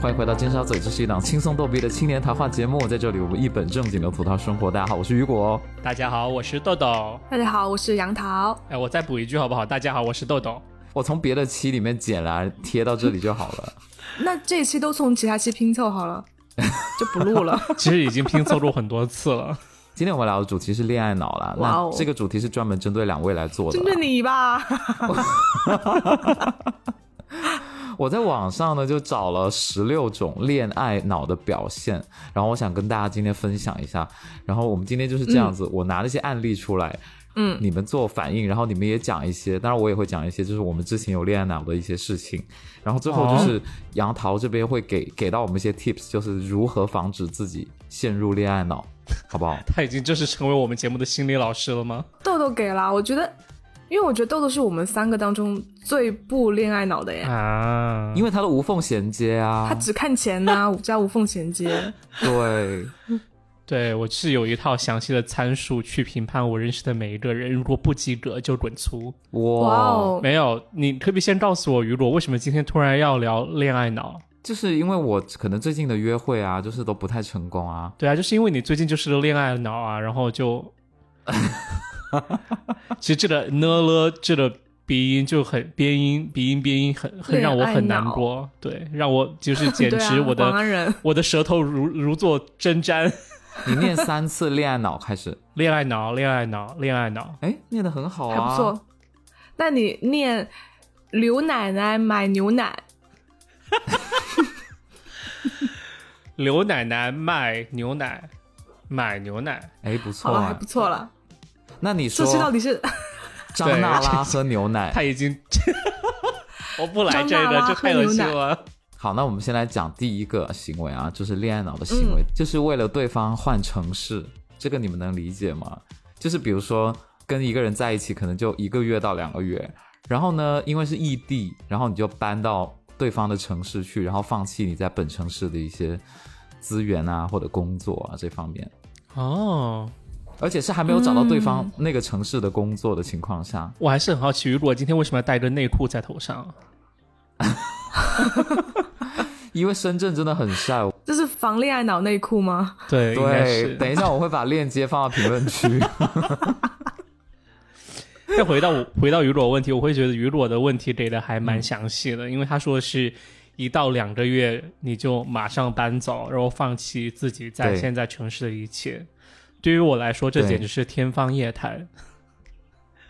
欢迎回到尖沙咀，这是一档轻松逗逼的青年谈话节目，在这里我们一本正经的吐槽生活。大家好，我是雨果、哦。大家好，我是豆豆。大家好，我是杨桃。哎，我再补一句好不好？大家好，我是豆豆。我从别的期里面剪来贴到这里就好 了。那这一期都从其他期拼凑好了，就不录了。其实已经拼凑过很多次了。 今天我们聊的主题是恋爱脑啦，哇哦那这个主题是专门针对两位来做的针啦。对你吧，我在网上呢就找了十六种恋爱脑的表现，然后我想跟大家今天分享一下。然后我们今天就是这样子，我拿了一些案例出来，嗯，你们做反应，然后你们也讲一些，当然我也会讲一些，就是我们之前有恋爱脑的一些事情。然后最后哦就是杨桃这边会给给到我们一些 tips，就是如何防止自己陷入恋爱脑，好不 好？他已经正式成为我们节目的心理老师了吗？豆豆给了，我觉得，因为我觉得豆豆是我们三个当中最不恋爱脑的耶，啊哎因为它的无缝衔接啊他，只看钱呐、加无缝衔接，对， 对我是有一套详细的参数去评判我认识的每一个人，如果不及格就滚粗。哇哇，哦，没有，你可不可以先告诉我，雨果为什么今天突然要聊恋爱脑？就是因为我可能最近的约会啊，就是都不太成功啊。对啊，就是因为你最近就是个恋爱脑啊，然后 就，其实这个呢了这个鼻音就很边音鼻音边音很很让我很难过，对，让我 就是简对直啊，我的、广安人，我的舌头如如坐针毡，你念三次恋爱脑开 始，恋爱脑恋爱脑恋爱脑，哎，念的很好还啊，不错。那你念刘奶奶买牛奶，刘奶奶卖牛奶买牛奶，哎，不错好了，啊，还不错了。那你这说期到底是张娜拉喝牛 奶？他已经， 我不来这张娜个，拉这太恶心喝牛了。好，那我们先来讲第一个行为啊，就是恋爱脑的行嗯为，就是为了对方换城市，这个你们能理解吗？就是比如说跟一个人在一起，可能就一个月到两个月，然后呢，因为是异地，然后你就搬到对方的城市去，然后放弃你在本城市的一些资源啊或者工作啊这方面，哦，而且是还没有找到对方嗯那个城市的工作的情况下，我还是很好奇，雨果今天为什么要戴一个内裤在头上？因为深圳真的很晒。这是防恋爱脑内裤吗？对，应该对，是。等一下我会把链接放到评论 区。再回到我回到雨果问题，我会觉得雨果的问题给的还蛮详细的，因为他说的是一到两个月你就马上搬走，然后放弃自己在对现在城市的一切。对于我来说，这对简直是天方夜谭。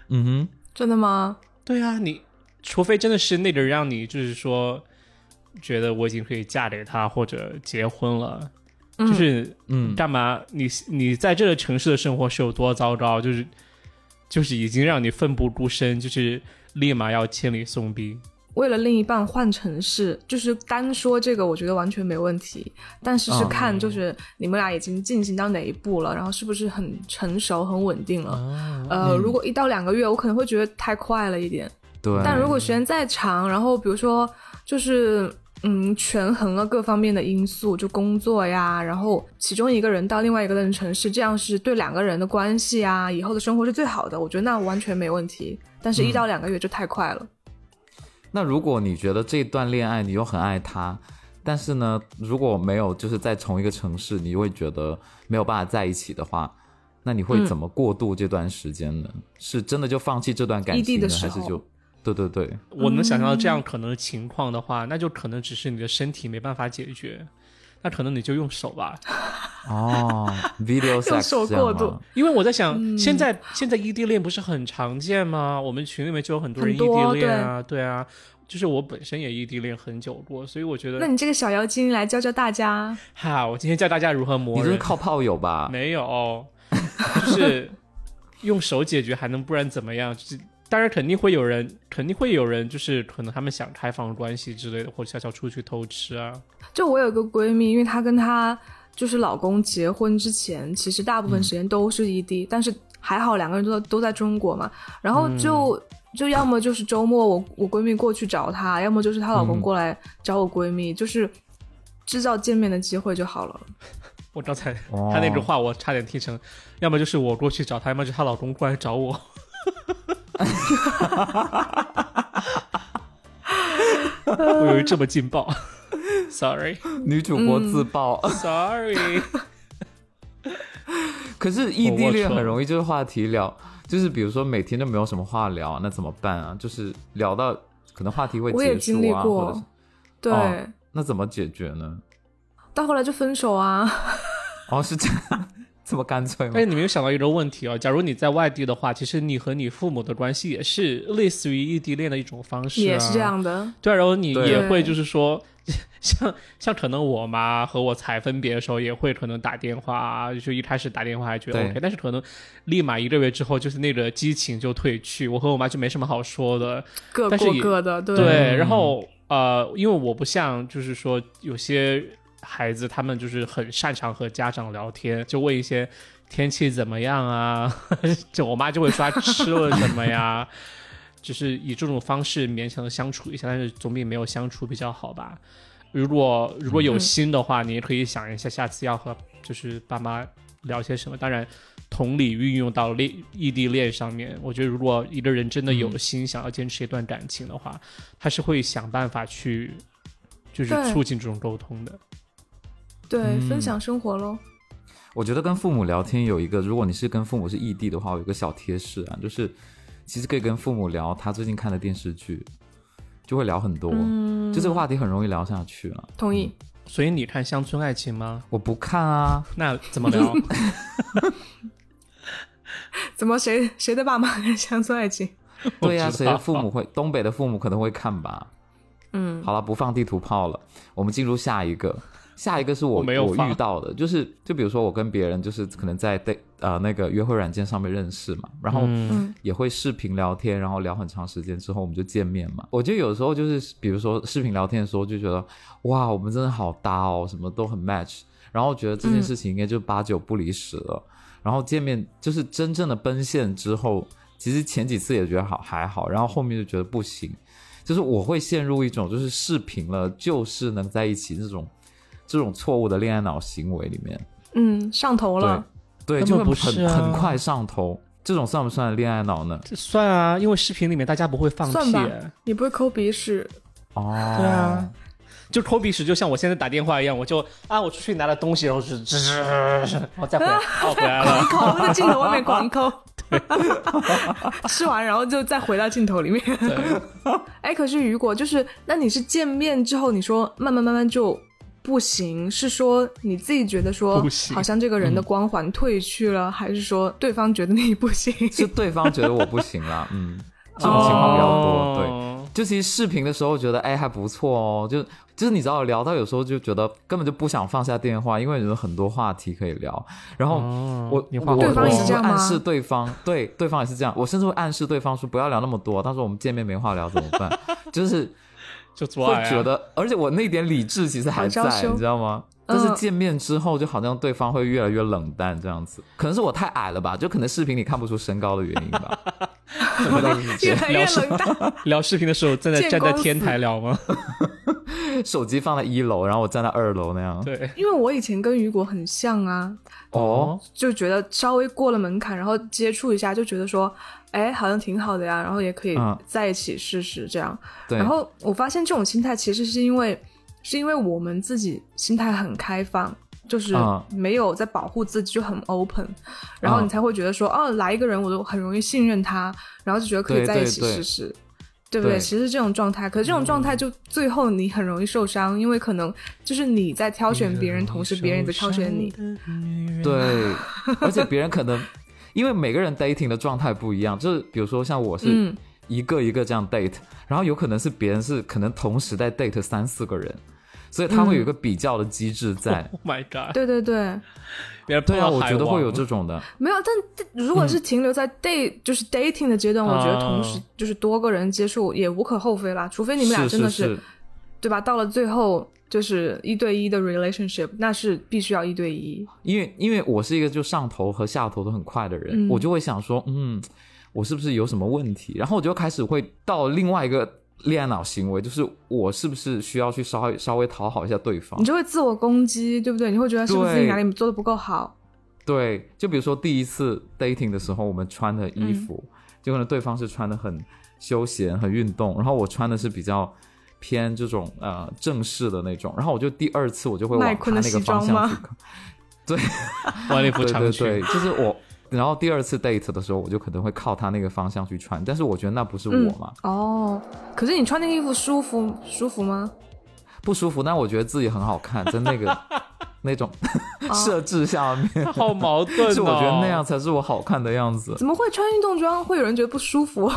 嗯哼。真的吗？对啊，你除非真的是那个让你就是说觉得我已经可以嫁给他或者结婚了，嗯就是嗯干嘛？你你在这个城市的生活是有多糟糕？就是就是已经让你奋不顾身，就是立马要千里送逼。为了另一半换城市，就是单说这个，我觉得完全没问题。但是是嗯看就是你们俩已经进行到哪一步了，然后是不是很成熟、很稳定了。呃，如果一到两个月，我可能会觉得太快了一点。对，但如果时间再长，然后比如说就是嗯，权衡了各方面的因素，就工作呀，然后其中一个人到另外一个人城市，这样是对两个人的关系啊，以后的生活是最好的。我觉得那完全没问题。但是，一到两个月就太快了。那如果你觉得这段恋爱你又很爱他，但是呢，如果没有就是在同一个城市，你会觉得没有办法在一起的话，那你嗯会怎么过渡这段时间呢？是真的就放弃这段感异地情呢，的时还候是就？对对对，我能想象到这样可能的情况的嗯话，那就可能只是你的身体没办法解决，那可能你就用手吧。 哦，video 用手 sex 这样过吗渡因为我在想，嗯现在现在异地恋不是很常见吗？我们群里面就有很多人异很多地恋啊，对啊，就是我本身也异地恋很久过，所以我觉那得，你这个小妖精来教教大家，啊哈，我今天教大家如何你磨这是人，靠炮友吧？没有，哦就是用手解决，还能不然怎么样？就是当然肯定会有人，肯定会有人，就是可能他们想开放关系之类的，或者悄悄出去偷吃啊。就我有一个闺蜜，因为她跟她就是老公结婚之前，其实大部嗯分时间都是异地，但是还好两个人都都在中国嘛。然后嗯就、就要么就是周末我我闺蜜过去找她，要么就是她老嗯公过来找我闺蜜，就是制造见面的机会就好了。我刚才哦他那句话我差点听成，要么就是我过去找他，要么就是她老公过来找我。我以为这么劲爆， ，sorry，sorry，哦女主播自嗯爆。可是异地哦恋很容易就是话题聊，就是比如说每天都没有什么话聊，那怎么办啊？就是聊到可能话题会我也结经束历啊，过或者是对，哦那怎么解决呢？到后来就分手啊。哦，是这样， 这么干脆吗哎但？是你没有想到一个问题哦，假如你在外地的话，其实你和你父母的关系也是类似于异地恋的一种方式、啊，也是这。样的，对啊，然后你对也会就是说， 像像可能我妈和我才分别的时候，也会可能打电话啊，就一开始打电话还觉得对 OK，但是可能立马一个月之后，就是那个激情就褪去，我和我妈就没什么好说的。各但是过也各的，对对，嗯然后呃，因为我不像就是说有些孩子他们就是很擅长和家长聊天，就问一些天气怎么样啊， 就我妈就会说她吃了什么呀， 就是以这种方式勉强的相处一下，但是总比没有相处比较好吧。如果如果有嗯心的话，你也可以想一下下次要和就是爸妈聊些什么。当然，同理运用到恋异地恋上面，我觉得如果一个人真的有心想要坚持一段感情的话，他是会想办法去，就是对促进这种沟通的。对嗯分享生活喽。我觉得跟父母聊天有一个，如果你是跟父母是异地的话，我有一个小贴士啊，就是其实可以跟父母聊他最近看的电视剧，就会聊很多，嗯，就这个话题很容易聊下去了。同意。所以你看乡村爱情吗？我不看 啊，那怎么 聊？怎么谁谁的爸妈 跟乡村爱情？对呀、我知谁道的父母会？东北的父母可能会看吧。嗯，好了，不放地图炮了，我们进入下一个。下一个是我我没有放遇到的，就是就比如说我跟别人就是可能在 date 呃那个约会软件上面认识嘛，然后嗯也会视频聊天，然后聊很长时间之后我们就见面嘛。我就有时候就是比如说视频聊天的时候就觉得哇，我们真的好搭哦，什么都很 match，然后觉得这件事情应该就八九不离十了。然后见面就是真正的奔现之后，其实前几次也觉得好还好，然后后面就觉得不行，就是我会陷入一种就是视频了就是能在一起这种这种错误的恋爱脑行为里面，嗯，上头了。对，对，根就本会不很、是啊很快上头。这种算不算恋爱脑呢？这算啊，因为视频里面大家不会放算屁吧，你不会抠鼻屎， 哦，对啊，就抠鼻屎，就像我现在打电话一样，我就啊，我出去拿了东西，然后是吱吱，然后 再回来，哦，回来了。抠在镜头外面狂抠， 吃完然后就再回到镜头里面。对，哎，可是雨果，就是那你是见面之后，你说慢慢慢慢就不行，是说你自己觉得说不行好像这个人的光环褪去了，还是说对方觉得你不行？是对方觉得我不行啦， 嗯，哦这种情况比较多，对。对。就其实视频的时候觉得哎还不错哦，就就是你知道聊到有时候就觉得根本就不想放下电话，因为有很多话题可以聊。然后哦我、你我话我好我多甚至会哦暗是这样示吗对方，对对方也是这样，我甚至会暗示对方说不要聊那么多，到时候我们见面没话聊怎么办？ 就是就做会爱、啊，觉得，而且我那点理智其实还在好娇，羞你知道吗？嗯但是见面之后，就好像对方会越来越冷淡这样子，可能是我太矮了吧，就可能视频里看不出身高的原因 吧。怎么的越来越冷淡。聊视频的时候站在见站在光天死台聊吗？手机放在一楼，然后我站在二楼那样。 对，因为我以前跟雨果很像啊，哦，就觉得稍微过了门槛，然后接触一下，就觉得说，哎，好像挺好的呀，然后也可以嗯在一起试试这样。对，然后我发现这种心态其实是因为，是因为我们自己心态很开放，就是啊没有在保护自己，就很 open，、然后啊你才会觉得说，哦，来一个人我都很容易信任他，然后就觉得可以对在一起对对试试。对不对？对嗯其实这种状态，可是这种状态就最后你很容易受伤，因为可能就是你在挑选别人，同时别人也在挑选你。。对，而且别人可能因为每个人 dating 的状态不一样，就是比如说像我是嗯一个一个这样 date，、然后有可能是别人是可能同时在 date 三四个人，所以他会有一个比较的机制嗯在。 Oh my god！对对对，别人对啊，碰到我海觉得会有王这种的。没有，但但嗯如果是停留在 date、就是 dating 的阶段，我觉得啊同时就是多个人接触也无可厚非啦，除非你们俩是真的是是对吧？到了最后就是一对一的 relationship，那是必须要一对一。因为因为我是一个就上头和下头都很快的人，嗯我就会想说，嗯，我是不是有什么问题？然后我就开始会到另外一个恋爱脑行为，就是我是不是需要去稍微稍微讨好一下对方你？就会自我攻击，对不对？你会觉得是不是对自己哪里做的不够好？对，就比如说第一次 dating 的时候，我们穿的嗯衣服，就可能对方是穿的很休闲、很运动，然后我穿的是比较偏这种呃正式的那种，然后我就第二次我就会往麦他昆的那个西方装向吗去靠。对，晚礼服对长对裙对，，就是我。然后第二次 date 的时候，我就可能会靠他那个方向去穿，但是我觉得那不是我嘛，哦，可是你穿那个衣服舒服舒服吗？不舒服。但我觉得自己很好看，在那个那种设置下面，他 好矛盾哦。是我觉得那样，才是我好看的样子。怎么会穿运动装会有人觉得不舒服？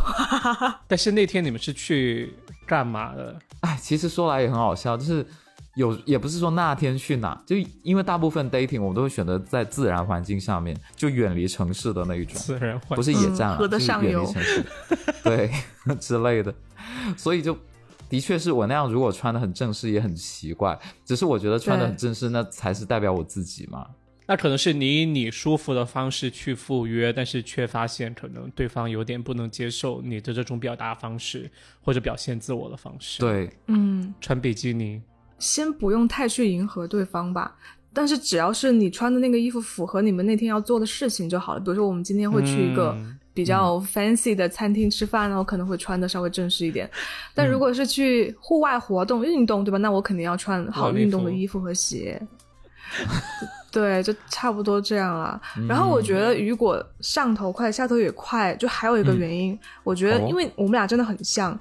但是那天你们是去干嘛的？哎，其实说来也很好笑，就是有也不是说那天去哪，就因为大部分 dating 我们都会选择在自然环境下面，就远离城市的那一种，自然环不是野战、嗯啊，河的就是上远游离城市， 对之类的，所以就。的确是我那样，如果穿的很正式也很奇怪。只是我觉得穿的对很正式，那才是代表我自己嘛。那可能是你以你舒服的方式去赴约，但是却发现可能对方有点不能接受你的这种表达方式或者表现自我的方式。，对，嗯，穿比基尼，先不用太去迎合对方吧。但是只要是你穿的那个衣服符合你们那天要做的事情就好了。比如说我们今天会去一个嗯比较 fancy 的餐厅吃饭，那我可能会穿的稍微正式一点。但嗯如果是去户外活动、运动，对吧？那我肯定要穿好晚礼运动的服衣服和鞋。对，就差不多这样了。嗯然后我觉得雨果上头快，下头也快，就还有嗯一个原因，我觉得哦因为我们俩真的很像，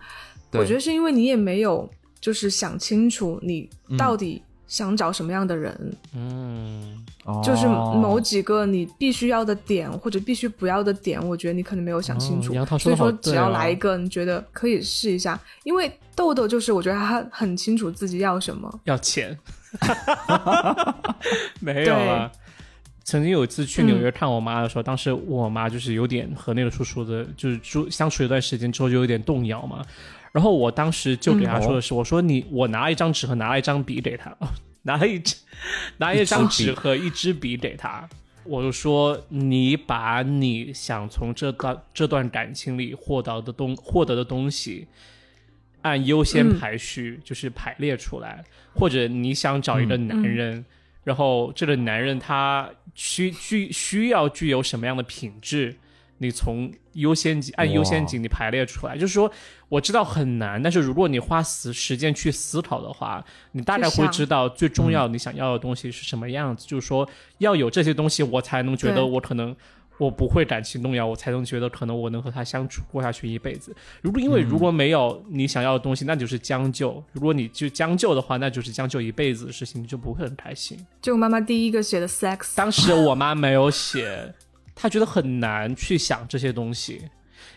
对我觉得是因为你也没有就是想清楚你到底想找什么样的人，嗯，就是哦某几个你必须要的点或者必须不要的点，我觉得你可能没有想清楚。哦杨桃说所以得说，好只对要哦来一个，你觉得可以试一下，因为豆豆就是我觉得他很清楚自己要什么。要 钱，没有啊。曾经有一次去纽约看我妈的时候，当时我妈就是有点和那个叔叔的，就是住相处一段时间之后就有点动摇嘛。然后我当时就给她说的是，我说你我拿了一张纸和拿了一张笔给她， 拿了一支拿了一张纸和一支笔给她。我就说，你把你想从这段这段感情里获得的东获得的东西，按优先排序就是排列出来，或者你想找一个男人，然后这个男人他需具需要具有什么样的品质，你从优先级按优先级你排列出来，就是说我知道很难，但是如果你花时时间去思考的话，你大概就会像知道最重要你想要的东西是什么样子，就是说要有这些东西，我才能觉对得我可能我不会感情动摇，我才能觉得可能我能和他相处过下去一辈子。如果因为如果没有你想要的东西，那就是将就；如果你就将就的话，那就是将就一辈子的事情，你就不会很开心。就我妈妈第一个写的 sex，当时我妈没有写，她觉得很难去想这些东西，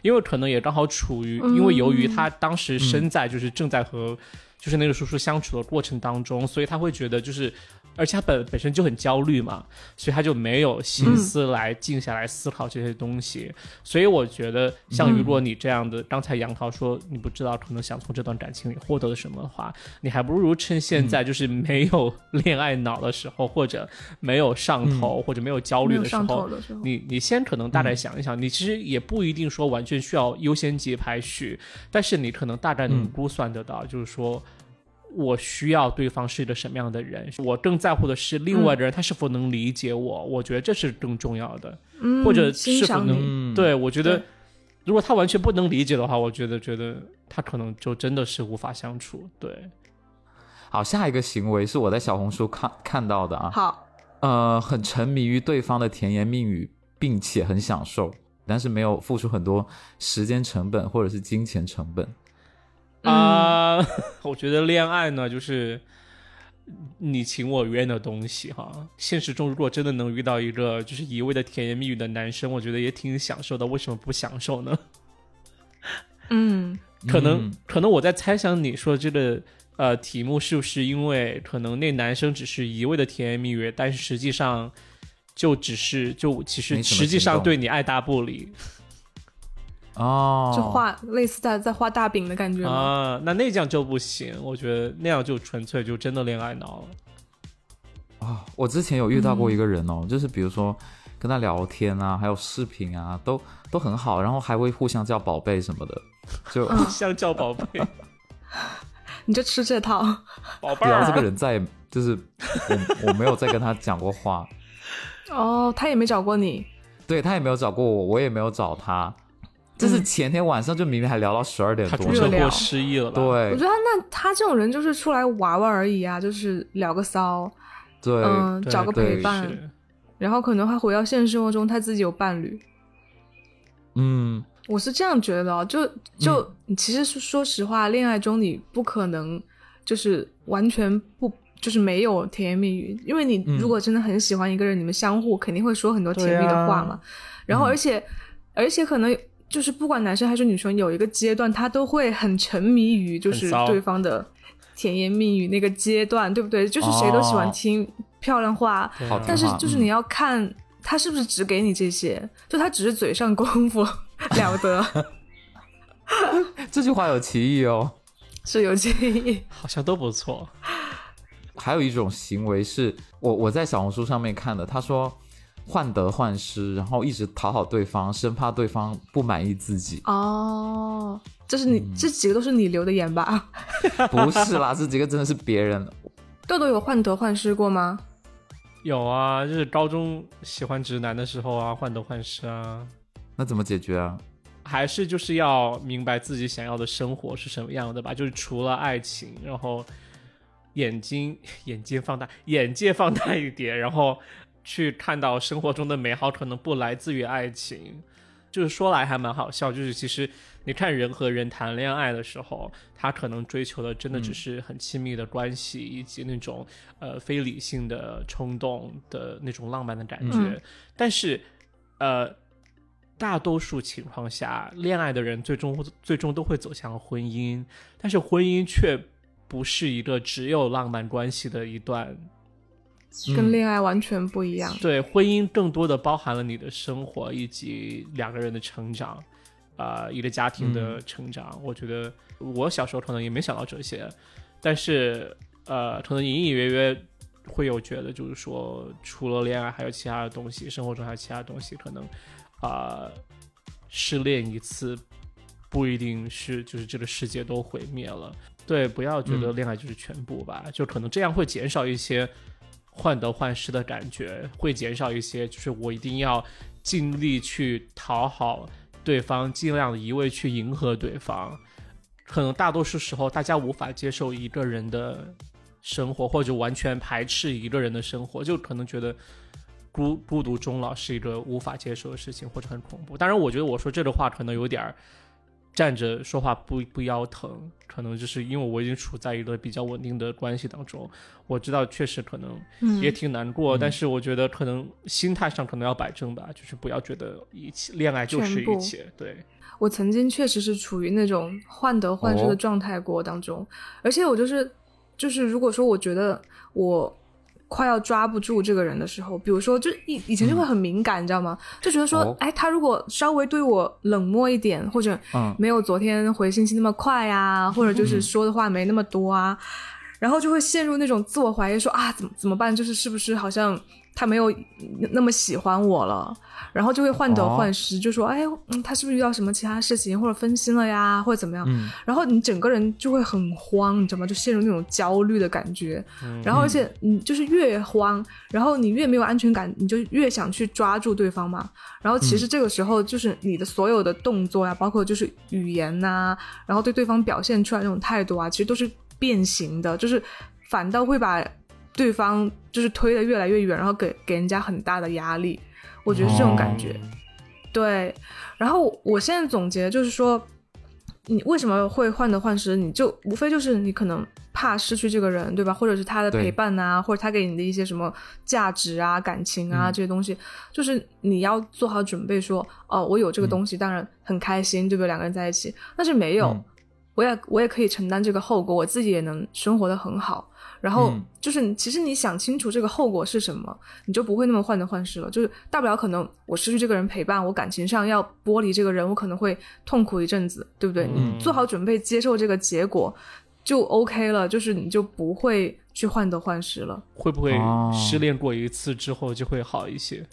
因为可能也刚好处于，因为由于她当时身在就是正在和就是那个叔叔相处的过程当中，所以她会觉得就是。而且她本本身就很焦虑嘛，所以她就没有心思来静下来思考这些东西。所以我觉得，像嗯如果你这样的，刚才杨桃说你不知道可能想从这段感情里获得了什么的话，你还不如趁现嗯在就是没有恋爱脑的时候，或者没有上头、或者没有焦嗯没虑有的时上头嗯候，的时候，你你先可能大概想一想，你其实也不一定说完全需要优先级排序，但是你可能大概能估算得到，就是说。我需要对方是一个什么样的人？我更在乎的是另嗯外的人他是否能理解我，我觉得这是更重要的。嗯或者欣是否赏你，能嗯，对我觉得对，如果他完全不能理解的话，我觉得觉得他可能就真的是无法相处。对，好，下一个行为是我在小红书看看到的啊。好，呃，很沉迷于对方的甜言蜜语，并且很享受，但是没有付出很多时间成本或者是金钱成本。啊、 我觉得恋爱呢，就是你情我愿的东西哈。现实中如果真的能遇到一个就是一味的甜言蜜语的男生，我觉得也挺享受的。为什么不享受呢？嗯，可能、嗯可能我在猜想你说这个呃题目是不是因为可能那男生只是一味的甜言蜜语，但是实际上就只是就其实没什么实际行上动对你爱答不理哦，就画类似在在画大饼的感觉吗？啊，那那样就不行，我觉得那样就纯粹就真的恋爱脑了。啊我之前有遇到过嗯一个人哦，就是比如说跟他聊天啊，还有视频啊，都都很好，然后还会互相叫宝贝什么的，就 嗯香蕉宝贝，你就吃这套，宝贝然后这个儿，人再也就是我我没有再跟他讲过话，哦，他也没找过你，对他也没有找过我，我也没有找他。就是前天晚上就明明还聊到十二点他多呢注嗯热册量过失忆了吧？，我对觉得他那他这种人就是出来玩玩而已啊，就是聊个骚，对，嗯，对找个对陪伴，然后可能还回到现实生活中，他自己有伴侣。嗯，我是这样觉得哦，就就、嗯其实说说实话，恋爱中你不可能就是完全不就是没有甜言蜜语，因为你嗯如果真的很喜欢一个人，你们相互肯定会说很多对甜蜜的啊话嘛。然后嗯而且、而且可能就是不管男生还是女生，有一个阶段他都会很沉迷于就很是骚对方的甜言蜜语那个阶段，对不对？就是谁都喜欢哦听漂亮话，对啊好听但是话就是嗯你要看他是不是只给你这些，就他只是嘴上功夫 了得，这句话有歧义哦。是有建议。。好像都不错。还有一种行为是我我在小红书上面看的，他说患得患失，然后一直讨好对方，生怕对方不满意自己 哦，这是你、这几个都是你留的言吧？不是啦，这几个真的是别人。豆豆有患得患失过吗？有啊，就是高中喜欢直男的时候啊，患得患失啊，那怎么解决啊？还是就是要明白自己想要的生活是什么样的吧。就是除了爱情，然后眼睛眼睛放大，眼界放大一点，然后去看到生活中的美好，可能不来自于爱情。就是说来还蛮好笑，就是其实你看人和人谈恋爱的时候，他可能追求的真的只是很亲密的关系，以及那种呃非理性的冲动的那种浪漫的感觉。嗯但是，呃，大多数情况下，恋爱的人最终最终都会走向婚姻，但是婚姻却不是一个只有浪漫关系的一段跟恋爱完全不一样。对，婚姻更多的包含了你的生活以及两个人的成长，啊、一个家庭的成长。我觉得我小时候可能也没想到这些，但是呃，可能隐隐约约会有觉得，就是说，除了恋爱，还有其他的东西，生活中还有其他东西，可能啊、失恋一次不一定是就是这个世界都毁灭了。对，不要觉得恋爱就是全部吧，就可能这样会减少一些患得患失的感觉，会减少一些就是我一定要尽力去讨好对方，尽量的一味去迎合对方。可能大多数时候，大家无法接受一个人的生活，或者完全排斥一个人的生活，就可能觉得孤孤独终老是一个无法接受的事情，或者很恐怖。当然，我觉得我说这个话可能有点儿站着说话不不腰疼，可能就是因为我已经处在一个比较稳定的关系当中，我知道确实可能嗯也挺难过，但是我觉得可能心态上可能要摆正吧，就是不要觉得一切恋爱就是全部一切，对，我曾经确实是处于那种患得患失的哦状态过当中，而且我就是就是，如果说我觉得我快要抓不住这个人的时候，比如说就以以前就会很敏感，你知道吗？就觉得说，哦哎，他如果稍微对我冷漠一点，或者嗯没有昨天回信息那么快啊，或者就是说的话没那么多啊，然后就会陷入那种自我怀疑说，啊，怎么怎么办？就是是不是好像他没有那么喜欢我了？然后就会患得哦患失，就说，哎，嗯，他是不是遇到什么其他事情，或者分心了呀，或者怎么样？嗯，然后你整个人就会很慌，你知道吗？就陷入那种焦虑的感觉。嗯然后而且你就是越慌，然后你越没有安全感，你就越想去抓住对方嘛。然后其实这个时候就是你的所有的动作呀、包括就是语言呐、然后对对方表现出来那种态度啊，其实都是变形的，就是反倒会把对方就是推得越来越远，然后给给人家很大的压力。我觉得是这种感觉。对，然后我现在总结就是说，你为什么会患得患失？你就无非就是你可能怕失去这个人，对吧？或者是他的对陪伴啊，或者他给你的一些什么价值啊、感情啊、嗯这些东西，就是你要做好准备说，哦，我有嗯这个东西，当然很开心，对不对？两个人在一起，但是没有，嗯 我也我也可以承担这个后果，我自己也能生活的很好。然后嗯就是你，其实你想清楚这个后果是什么，你就不会那么患得患失了。就是大不了可能我失去这个人陪伴，我感情上要剥离这个人，我可能会痛苦一阵子，对不对？嗯你做好准备接受这个结果就 OK 了，就是你就不会去患得患失了。会不会哦失恋过一次之后就会好一些？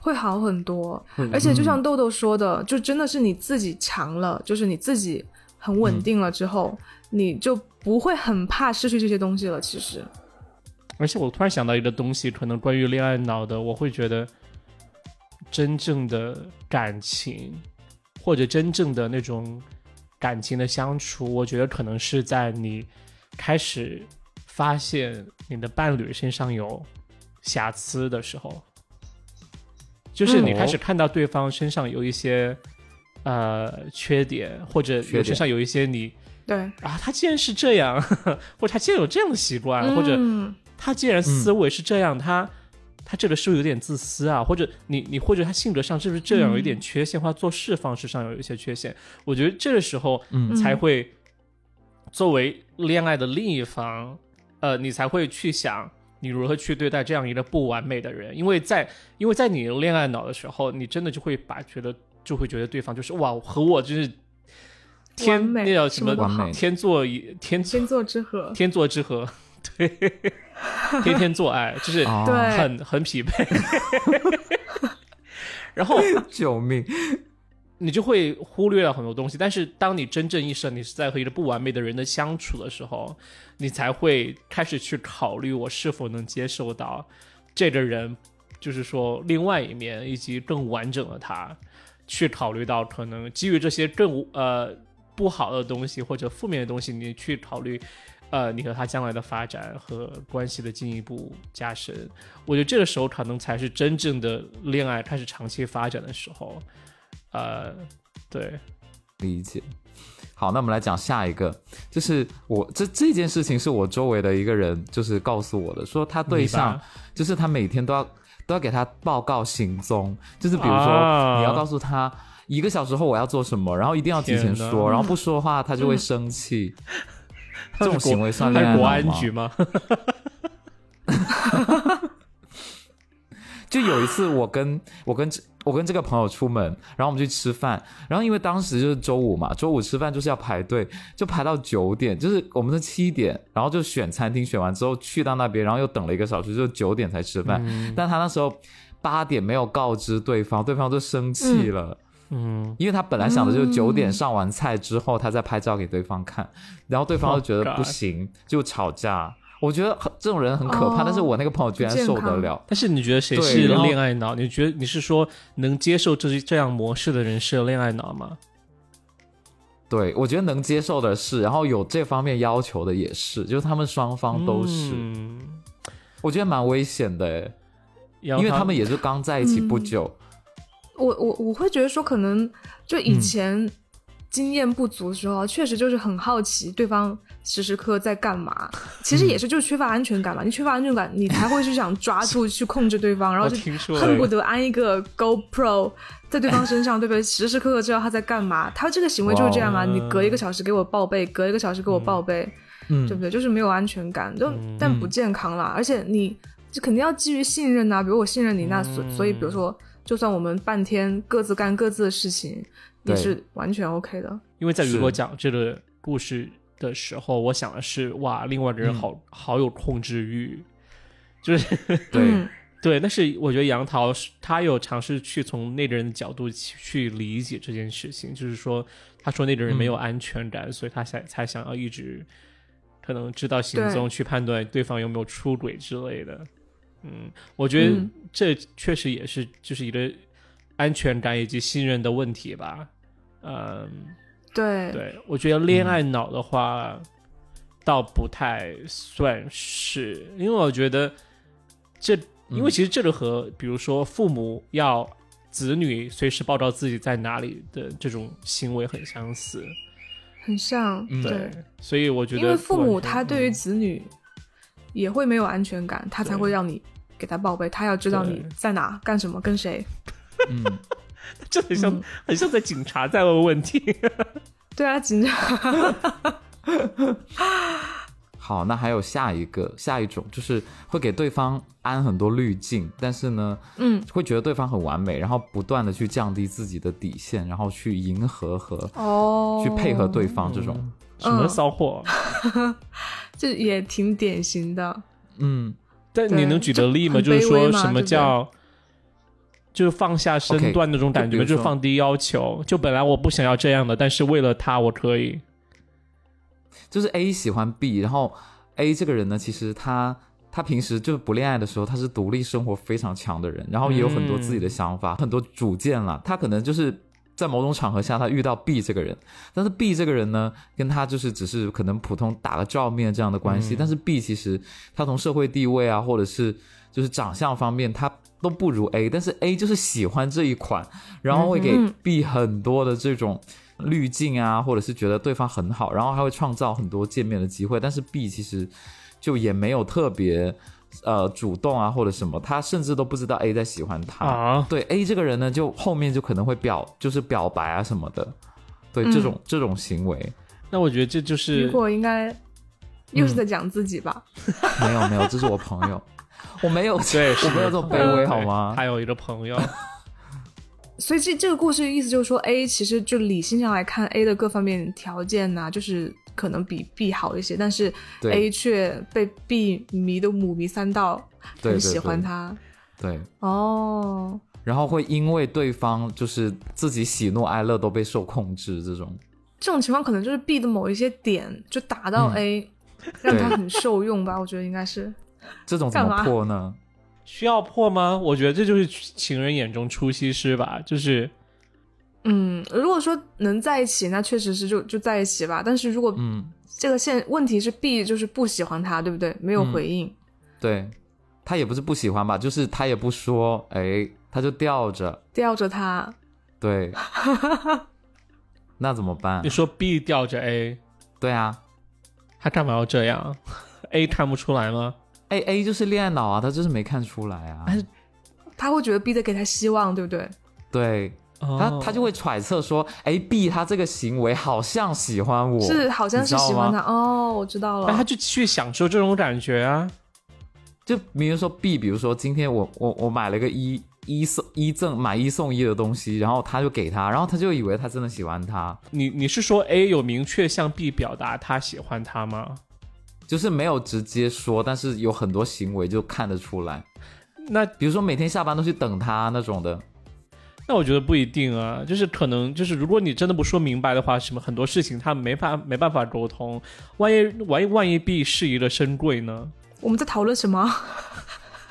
会好很多嗯会。而且就像豆豆说的，就真的是你自己强了，就是你自己很稳定了之后，你就不会很怕失去这些东西了。其实，而且我突然想到一个东西，可能关于恋爱脑的，我会觉得真正的感情，或者真正的那种感情的相处，我觉得可能是在你开始发现你的伴侣身上有瑕疵的时候，就是嗯你开始看到对方身上有一些、呃缺点，或者缺点身上有一些你对，啊，他竟然是这样， 或者他竟然有这样的习惯，啊或者嗯他既然思维是这样，他他这个是不是有点自私啊？或者你你或者他性格上是不是这样有一点缺陷，或者做事方式上有一些缺陷？我觉得这个时候嗯才会作为恋爱的另一方，呃，你才会去想。你如何去对待这样一个不完美的人？因为在因为在你恋爱脑的时候，你真的就会把觉得就会觉得对方就是哇，和我就是完天美那叫什么什么都好天作一天作天作之合，天作之合，对，天天做爱，就是哦对很很匹配。 然后救命！你就会忽略了很多东西，但是当你真正意识到你是在和一个不完美的人的相处的时候，你才会开始去考虑我是否能接受到这个人，就是说另外一面以及更完整的他，去考虑到可能基于这些更呃不好的东西或者负面的东西，你去考虑。呃，你和他将来的发展和关系的进一步加深，我觉得这个时候可能才是真正的恋爱开始长期发展的时候。呃，对，理解。好，那我们来讲下一个，就是我这这件事情是我周围的一个人，就是告诉我的，说他对你象吧就是他每天都要都要给他报告行踪，就是比如说、啊你要告诉他一个小时后我要做什么，然后一定要提前天哪说，然后不说的话他就会生 气。这种行为算他恋爱是脑吗国安局吗？就有一次我跟我跟这我跟这个朋友出门，然后我们去吃饭，然后因为当时就是周五嘛，周五吃饭就是要排队，就排到九点，就是我们是七点，然后就选餐厅，选完之后去到那边，然后又等了一个小时，就九点才吃饭。嗯但他那时候八点没有告知对方，对方就生气了。嗯，因为他本来想的就是九点嗯上完菜之后，他再拍照给对方看，然后对方就觉 Oh 得 God 不行，就吵架。我觉得很这种人很可怕哦但是我那个朋友居然不健受得康了。但是你觉得谁对是然后恋爱脑？你觉得你是说能接受这这样模式的人是恋爱脑吗？对，我觉得能接受的是，然后有这方面要求的也是，就是他们双方都是，嗯、我觉得蛮危险的诶，因因为他们也是刚在一起嗯不久，我我我会觉得说，可能就以嗯前经验不足的时候，确实就是很好奇对方时时刻刻在干嘛。其嗯实也是就是缺乏安全感嘛，你缺乏安全感，你才会去想 抓住去控制对方，然后我就听说恨不了得安一个 GoPro 在对方身上，对不对？时时刻刻知道他在干嘛，他这个行为就是这样啊！哇哦你隔一个小时给我报备，隔一个小时给我报备，嗯对不对？就是没有安全感，就、但不健康啦。而且你就肯定要基于信任啊呐、比如我信任你，那嗯所、所以比如说，就算我们半天各自干各自的事情，也对是完全 OK 的。哎因为在雨是果讲这个故事的时候，我想的是哇，另外一个人好、好有控制欲，就是对、嗯对，但是我觉得杨桃是他有尝试去从那个人的角度去去理解这件事情，就是说，他说那个人没有安全感，所以他才才想要一直可能知道行踪，去判断对方有没有出轨之类的。嗯，我觉得嗯这确实也是就是一个安全感以及信任的问题吧。嗯，对，对，我觉得恋爱脑的话，倒不太算是，因为我觉得这，嗯因为其实这个和比如说父母要子女随时报道自己在哪里的这种行为很相似，很像，嗯对对，，所以我觉得因为父不母完全他对于子女也会没有安全感，他才对会让你给他报备，他要知道你对在哪、干什么、跟谁。嗯，这很嗯像、很像在警察在问问题，对啊，紧张。好，那还有下一个下一种就是会给对方安很多滤镜，但是呢，嗯，会觉得对方很完美，然后不断的去降低自己的底线，然后去迎合和哦，去配合对方这种， 什么骚货？这也挺典型的。嗯但你对能举个例吗？很就是卑微说嘛什么对不对叫就是放下身 OK，段那种感就觉比如吗就是说放低要求，就本来我不想要这样的，但是为了他我可以。就是 A 喜欢 B，然后 A 这个人呢，其实他她平时就是不恋爱的时候，她是独立生活非常强的人，然后也有很多自己的想法，很多主见啦。她可能就是在某种场合下，她遇到 B 这个人，但是 B 这个人呢，跟她就是只是可能普通打个照面这样的关系，但是 B 其实她从社会地位啊，或者是就是长相方面，她都不如 A，但是 A 就是喜欢这一款，然后会给 B 很多的这种。滤镜啊，或者是觉得对方很好，然后还会创造很多见面的机会。但是 B 其实就也没有特别呃主动啊或者什么，他甚至都不知道 A 在喜欢他。啊，对 A 这个人呢，就后面就可能会表就是表白啊什么的，对这种、这种行为那我觉得这就雨是果应该嗯又是在讲自己吧？没有没有，这是我朋友， 我没有对，是我没有这么卑微好吗？还有一个朋友，所以这这个故事意思就是说，A 其实就理性上来看，A 的各方面条件呐、就是可能比 B 好一些，但是对 A 却被 B 迷的母迷三道，对对很喜欢对他。对，哦，然后会因为对方就是自己喜怒哀乐都被受控制这种。这种情况可能就是 B 的某一些点就打到嗯 A，、让他很受 用吧？我觉得应该是。这种怎干么嘛破呢？需要破吗？我觉得这就是情人眼中出西施吧，就是嗯，如果说能在一起，那确实是就就在一起吧。但是如果嗯，这个现问题是 B 就是不喜欢他，对不对？没有回应，对，他也不是不喜欢吧，就是他也不说，哎，他就吊着，吊着他， 对，那怎么办你？说 B 吊着 A，对啊他干嘛要这样？A 看不出来吗？ ，A A 哎就是恋爱脑啊，他就是没看出来啊，他会觉得 B 在给他希望，对不对？对他他就会会揣测说，哎，B 他这个行为好像喜欢我，是好像你知是道喜欢吗哎他哦，我知道那他了。就去享受这种感觉啊。就比如说 B，比如说今天我我我买了个一一送一赠买一送一的东西，然后他就给他，然后他就以为他真的喜欢他，你你是说 A 有明确向 B 表达他喜欢他吗？就是没有直接说，但是有很多行为就看得出来。那比如说每天下班都去等他那种的，那我觉得不一定啊，就是可能就是如果你真的不说明白的话，什么很多事情他没法没办法沟通，万一万一万一 B 适宜了深贵呢？我们在讨论什么？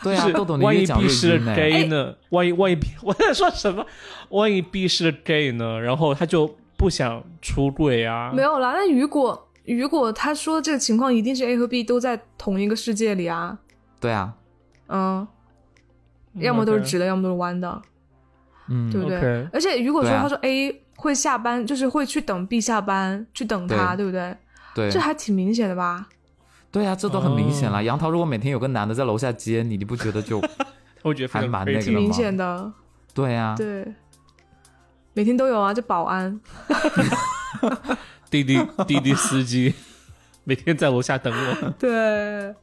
对啊，就是豆豆你万越一讲越 B 是晕了哎、 gay 呢？万一万一 B 我在说什么？万一 B 是了 gay 呢？然后他就不想出柜啊？ 没有啦。那雨果，雨果他说这个情况一定是 A 和 B 都在同一个世界里啊，对啊，嗯，嗯要么都是 OK 直的，要么都是弯的，嗯，对不对 OK 而且雨果说，对啊他说 A 会下班，就是会去等 B 下班，去等他，对不对？对这还挺明显的吧？对啊，这都很明显哦啦。杨桃如果每天有个男的在楼下接你，你不觉得 就我觉得非还常蛮那个 crazy 的挺明显的，对啊？对。每天都有啊，这保安滴滴滴滴司机 每天在楼下等我。对。然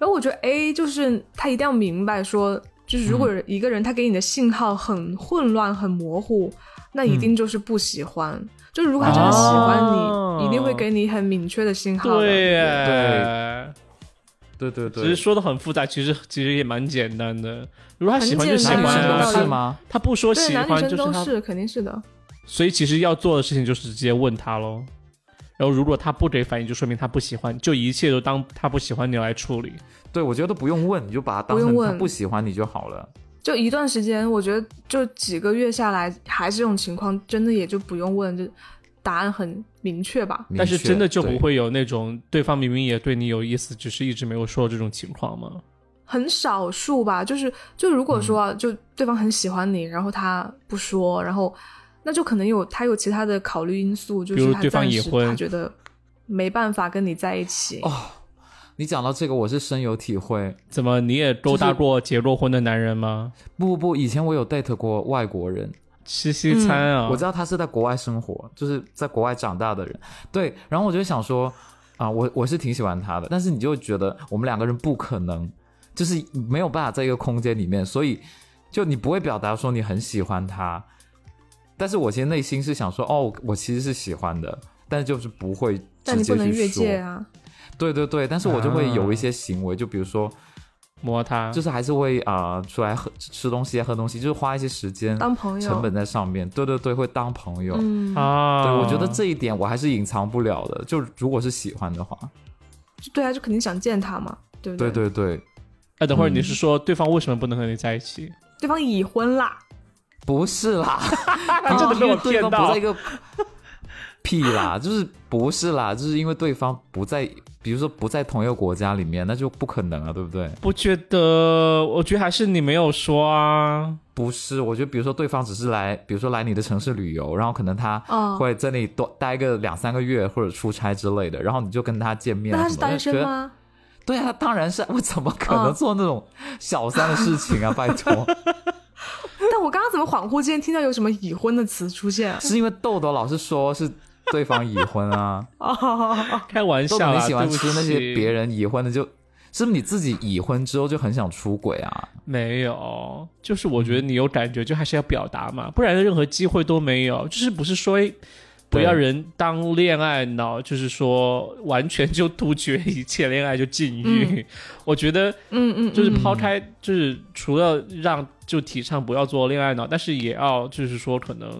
后我觉得 A 就是他一定要明白说，就是如果一个人他给你的信号很混乱、很模糊，那一定就是不喜欢。就是如果他真的喜欢你，哦一定会给你很明确的信号的。对对对对只是说的很复杂，其实其实也蛮简单的。如果他喜欢就喜男欢女很简单生啊，都男是生吗？他不说对，喜男女欢生就是都他，是，肯定是的。所以其实要做的事情就是直接问他喽。然后如果他不给反应，就说明他不喜欢，就一切都当他不喜欢你来处理。对，我觉得都不用问，你就把他当不成用他问不喜欢你就好了。就一段时间，我觉得就几个月下来，还是这种情况，真的也就不用问，就答案很明确吧。但是明确真的就不，会有那种对方明明也对你有意思，只是一直没有说这种情况吗？很少数吧，就是就如果说、嗯啊就对方很喜欢你，然后他不说，然后那就可能有他有其他的考虑因素，就比是如他对方暂已时婚他觉得没办法跟你在一起。哦对你讲到这个，我是深有体会。怎么你也勾搭过结过婚的男人吗？不不不，以前我有 date 过外国人，吃西餐啊，嗯我知道他是在国外生活，就是在国外长大的人。对，然后我就想说，啊、我我是挺喜欢他的，但是你就会觉得我们两个人不可能，就是没有办法在一个空间里面，所以就你不会表达说你很喜欢他。但是我其实内心是想说，哦，我其实是喜欢的，但是就是不会但直你接不能越去说。界啊！对对对，但是我就会有一些行为，就比如说，摸他，就是还是会啊、呃出来喝吃东西啊，喝东西，就是花一些时间当朋友成本哦在上面。对对对，会当朋友。嗯，啊，对，我觉得这一点我还是隐藏不了的。就如果是喜欢的话，就对啊，就肯定想见他嘛，对不对对对，哎，等会儿嗯你是说对方为什么不能和你在一起？对方已婚啦，不是啦， 啊他真的被我因为对骗方不到在一。 个屁啦，就是不是啦，就是因为对方不在，比如说不在同一个国家里面，那就不可能啊，对不对？不觉得？我觉得还是你没有说啊。不是，我觉得比如说对方只是来，比如说来你的城市旅游，然后可能他哦会在那里多待个两三个月或者出差之类的，然后你就跟他见面那啊什么的。他是就单身觉得？吗？对啊，当然是，我怎么可哦能做那种小三的事情啊？拜 托， 但我刚刚怎么恍惚间听到有什么已婚的词出现？啊是因为豆豆老是说是对方已婚啊， 哦，开玩豆笑豆啦，你喜欢对不吃起那些别人已婚的就，是不是你自己已婚之后就很想出轨啊？没有，就是我觉得你有感觉，就还是要表达嘛，不然任何机会都没有。就是不是说诶不对要人当恋爱脑，就是说完全就杜绝一切恋爱就禁欲。 我觉得嗯嗯，就是嗯抛开，就是除了让就提倡不要做恋爱脑，但是也要就是说可能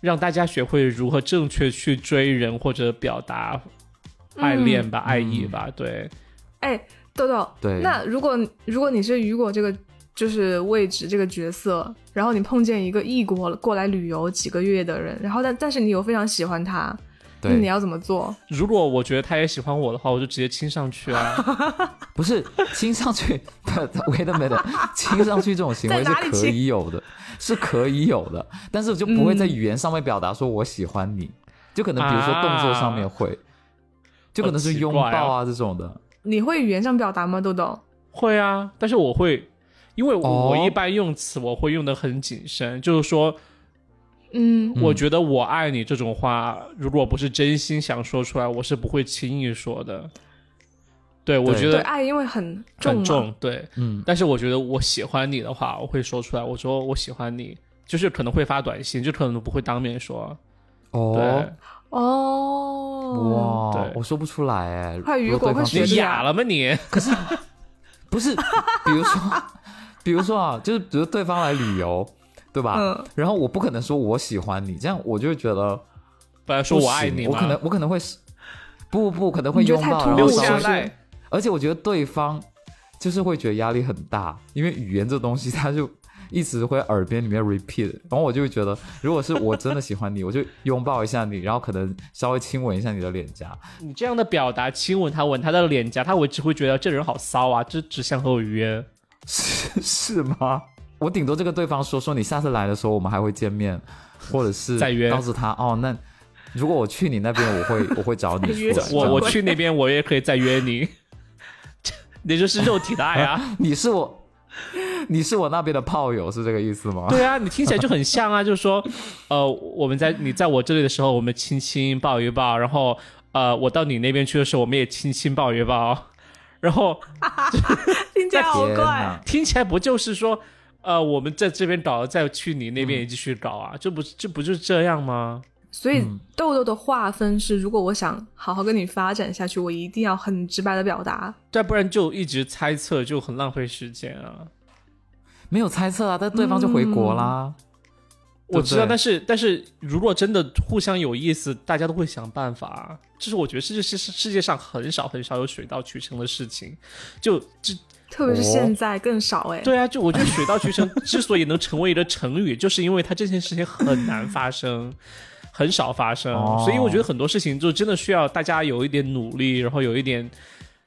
让大家学会如何正确去追人或者表达爱恋吧、爱意吧，对。哎，豆豆，对那如果如果你是雨果这个就是位置这个角色，然后你碰见一个异国过来旅游几个月的人，然后但但是你又非常喜欢他，那你对，要怎么做？如果我觉得他也喜欢我的话，我就直接亲上去啊。不是亲上去，wait a minute，亲上去这种行为在是哪里可以有的，是可以有的，但是就不会在语言上面表达说我喜欢你，就可能比如说动作上面会，就可能是拥好奇抱怪啊这种的。你会语言上表达吗，豆豆？会啊，但是我会，因为我,、哦我一般用词我会用的很谨慎，就是说，嗯，我觉得我爱你这种话，如果不是真心想说出来，我是不会轻易说的。对，我对觉对，得爱因为很重啊很嘛，重，对，嗯，但是我觉得我喜欢你的话，我会说出来，我说我喜欢你。就是可能会发短信，就可能不会当面说。对，哦，哦，哇嗯对，我说不出来哎，快如雨果果对方快学是你着哑了吗你？不是，比如说， 比如说啊，就是比如对方来旅游，对吧？嗯然后我不可能说我喜欢你，这样我就会觉得本来说我不爱行你嘛，我可能我可能会是不不可能会你觉拥得太抱，突然后兀留稍了微下是不是来。而且我觉得对方就是会觉得压力很大，因为语言这东西，他就一直会耳边里面 repeat。然后我就会觉得，如果是我真的喜欢你，我就拥抱一下你，然后可能稍微亲吻一下你的脸颊。你这样的表达，亲吻他，吻他的脸颊，他会只会觉得这人好骚啊，这只想和我预约。是是吗？我顶多就跟对方说说，你下次来的时候我们还会见面，或者是再约告诉他哦，那如果我去你那边，我会我会找你再约出来。我我这样去那边，我也可以再约你。 这就是肉体的爱 啊！ 你是我，你是我那边的炮友，是这个意思吗？对啊，你听起来就很像啊，就是说，呃，我们在你在我这里的时候，我们亲亲抱一抱，然后呃，我到你那边去的时候，我们也亲亲抱一抱， 然后听起来好天怪哪，！听起来不就是说，呃，我们在这边搞，再去你那边也继续搞啊，这不这不就是这样吗？所以豆豆的划分是，如果我想好好跟你发展下去，我一定要很直白的表达。再啊不然就一直猜测，就很浪费时间啊。没有猜测啊，但对方就回国啦。嗯我知道，对但是但是如果真的互相有意思，大家都会想办法啊。就是我觉得世界世世界上很少很少有水到渠成的事情，就这特别是哦现在更少哎、对啊，就我觉得水到渠成 之所以能成为一个成语，就是因为它这件事情很难发生，很少发生，哦所以我觉得很多事情就真的需要大家有一点努力，然后有一点。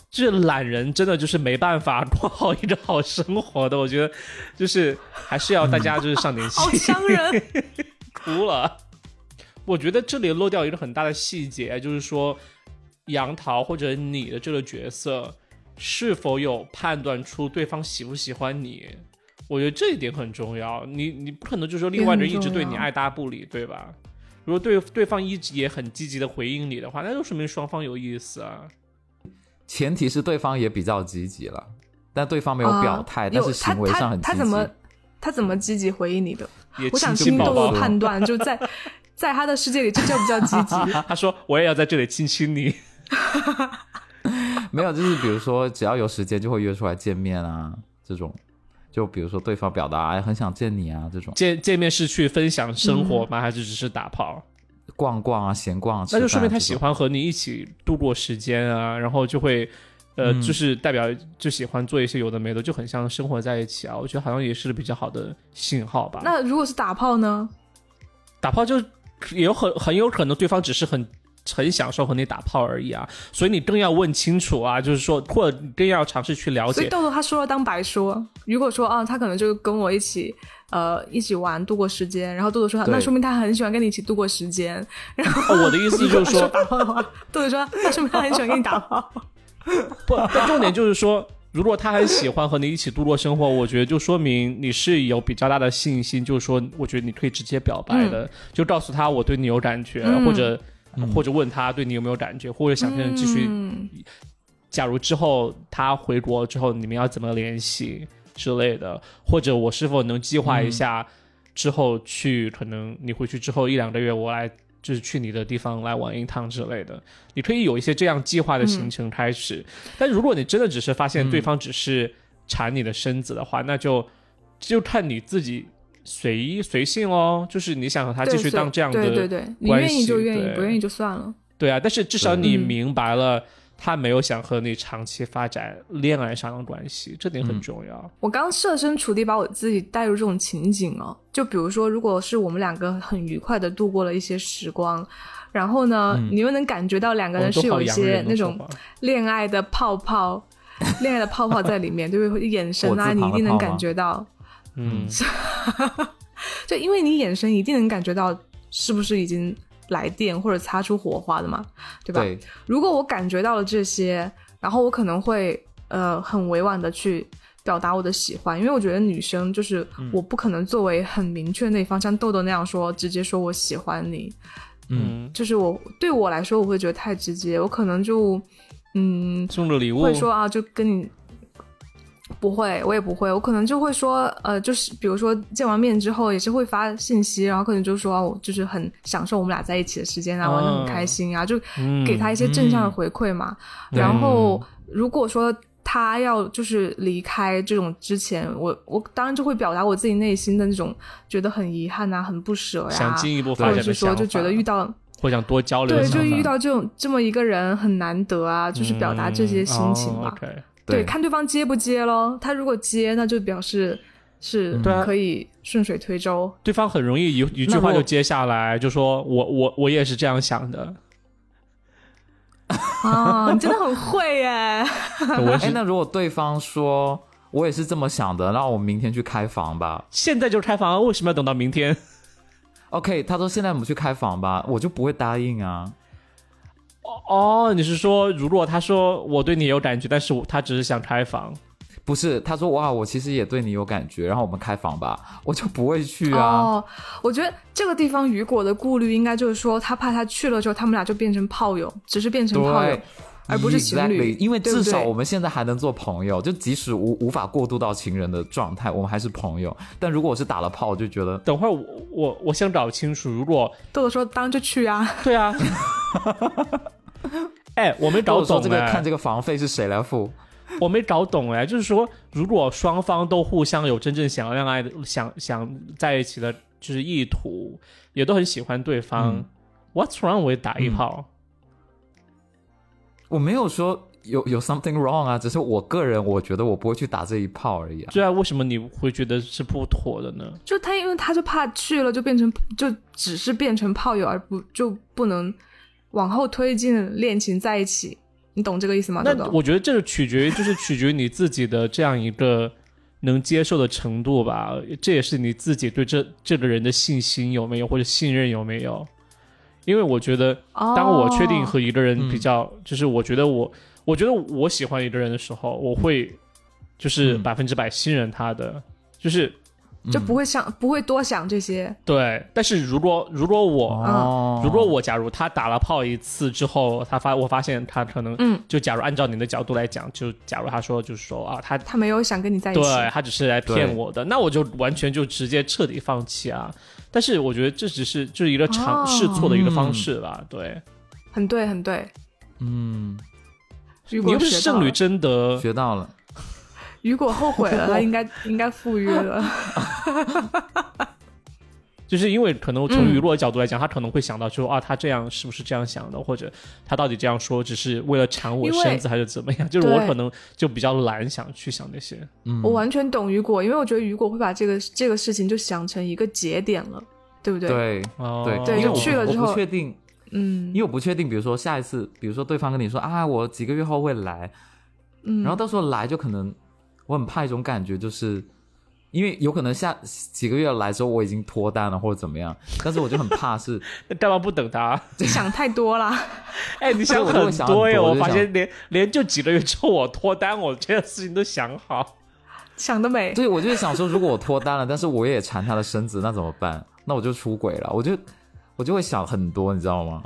这懒人真的就是没办法过好一个好生活的，我觉得就是还是要大家就是上点心， 好伤人。哭了。我觉得这里漏掉一个很大的细节，就是说杨桃或者你的这个角色是否有判断出对方喜不喜欢你。我觉得这一点很重要。你你不可能就说另外人一直对你爱答不理，对吧？如果对对方一直也很积极的回应你的话，那就说明双方有意思啊。前提是对方也比较积极了，但对方没有表态，啊但有是他行为上很积他极。他怎么他怎么积极回应你的？也我想亲听亲宝豆豆宝的，判断，就 在在他的世界里，这叫不叫积极？他说我也要在这里亲亲你。没有，就是比如说，只要有时间就会约出来见面啊，这种。就比如说，对方表达哎很想见你啊，这种见见面是去分享生活吗？还是只是打炮？逛逛啊、闲逛啊，那就说明他吃喜饭啊欢和你一起度过时间啊，然后就会呃，就是代表就喜欢做一些有的没的，就很像生活在一起啊。我觉得好像也是比较好的信号吧。那如果是打炮呢？打炮就也有很很有可能对方只是很很享受和你打炮而已啊，所以你更要问清楚啊，就是说或者更要尝试去了所以解。豆豆他说了当白说。如果说啊，他可能就跟我一起呃一起玩度过时间，然后豆豆说对那说明他很喜欢跟你一起度过时间。哦我的意思就是说，打炮的话，豆豆说那说明他很喜欢跟你 打炮。不，但重点就是说，如果他很喜欢和你一起度过生活，我觉得就说明你是有比较大的信心，就是说，我觉得你可以直接表白的，就告诉他我对你有感觉，嗯或者或者问他对你有没有感觉，或者想跟你继续。嗯假如之后他回国之后，你们要怎么联系之类的，或者我是否能计划一下嗯之后去，可能你回去之后一两个月，我来就是去你的地方来玩一趟之类的，你可以有一些这样计划的行程开始。嗯但如果你真的只是发现对方只是馋你的身子的话，那就就看你自己随意随性哦，就是你想和他继续对当这样的对对对，你关愿意就系愿意对，不愿意就算了。对啊，但是至少对你嗯明白了，他没有想和你长期发展恋爱上的关系，这点嗯很重要。我刚设身处地把我自己带入这种情景哦，就比如说，如果是我们两个很愉快的度过了一些时光，然后呢，你又能感觉到两个我们人嗯都是有哦好一洋些人那的说种法恋爱的 泡泡，恋爱的泡泡在里面，对不对？眼神啊，火字旁的你一定泡能吗感觉到，嗯，就因为你眼神一定能感觉到是不是已经来电或者擦出火花的嘛，对吧？对，如果我感觉到了这些，然后我可能会呃很委婉的去表达我的喜欢，因为我觉得女生就是我不可能作为很明确那一方，像豆豆那样说直接说我喜欢你，嗯，就是我对我来说我会觉得太直接，我可能就嗯送个礼物会说啊就跟你。不会，我也不会，我可能就会说，呃，就是比如说见完面之后，也是会发信息，然后可能就说，啊我就是很享受我们俩在一起的时间啊，玩的很开心啊，就嗯给他一些正向的回馈嘛。然后如果说他要就是离开这种之前，我我当然就会表达我自己内心的那种觉得很遗憾啊，很不舍呀、想进一步发或者展是的说想法，就觉得遇到或想多交流的对，想就法，遇到这种这么一个人很难得啊，就是表达这些心情嗯吧。哦 OK 对，看对方接不接咯。他如果接，那就表示嗯是对啊可以顺水推舟。对方很容易一一句那话我就接下来，就说我我我也是这样想 的， 啊，你真的很会耶！我也哎，是那如果对方说我也是这么想的，那我们明天去开房吧。现在就开房，为什么要等到明天？ OK，他说现在我们去开房吧，我就不会答应啊。哦，你是说如果他说我对你有感觉，但是我他只是想开房，不是，他说哇，我其实也对你有感觉，然后我们开房吧，我就不会去啊。哦，我觉得这个地方雨果的顾虑应该就是说，他怕他去了之后，他们俩就变成炮友，只是变成炮友对，而不是情侣 Exactly，因为对不至少对我们现在还能做朋友，就即使无无法过渡到情人的状态，我们还是朋友。但如果我是打了炮，我就觉得等会儿我我我想搞清楚，如果豆豆说当然就去啊， 对 啊，哎，我没搞我说懂这个哎看这个房费是谁来付。我没搞懂哎，就是说，如果双方都互相有真正想要恋爱的、想想在一起的，就是意图，也都很喜欢对方、嗯 w h a t s wrong with 打一炮？我没有说有有 something wrong 啊，只是我个人我觉得我不会去打这一炮而已啊。对啊，为什么你会觉得是不妥的呢？就他因为他就怕去了就变成就只是变成炮友，而不就不能往后推进恋情在一起，你懂这个意思吗？豆那豆，我觉得这是取决于，就是取决于你自己的这样一个能接受的程度吧。这也是你自己对这这个人的信心有没有，或者信任有没有。因为我觉得，哦当我确定和一个人比较，就是我觉得我，我觉得我喜欢一个人的时候，我会就是嗯百分之百信任他的，就是哦就不会想不会多想这些，对。但是如果如果我、哦，如果我假如他打了炮一次之后，他发我发现他可能，嗯，就假如按照你的角度来讲，就假如他说就是说啊，他他没有想跟你在一起，对他只是来骗对我的，那我就完全就直接彻底放弃啊。但是我觉得这只是就是一个尝哦试错的一个方嗯式吧，对。很对很对。嗯，雨你果又不是学到圣女 了贞德，学到了。 雨果后悔了，他应该应该赴约了。就是因为可能嗯从娱乐角度来讲，他可能会想到说啊，他这样是不是这样想的，或者他到底这样说只是为了缠我因为身子还是怎么样？就是我对可能就比较懒，想去想那些。嗯我完全懂雨果，因为我觉得雨果会把这个这个事情就想成一个节点了，对不对？对哦，对对因为就我去了不之我后不确定，嗯因为我不确定，比如说下一次，比如说对方跟你说啊，我几个月后会来，嗯，然后到时候来就可能，我很怕一种感觉，就是因为有可能下几个月来之后我已经脱单了或者怎么样，但是我就很怕 是，那 干嘛不等他？啊想太多啦。哎，你 想我就很会想很多耶！多我我就发想现连连就几个月之后我脱单，我这件事情都想好。 想 得美，对我就是想说，如果我脱单了，但是我也缠他的身子，那怎么办？那我就出轨了，我就我就会想很多，你知道吗？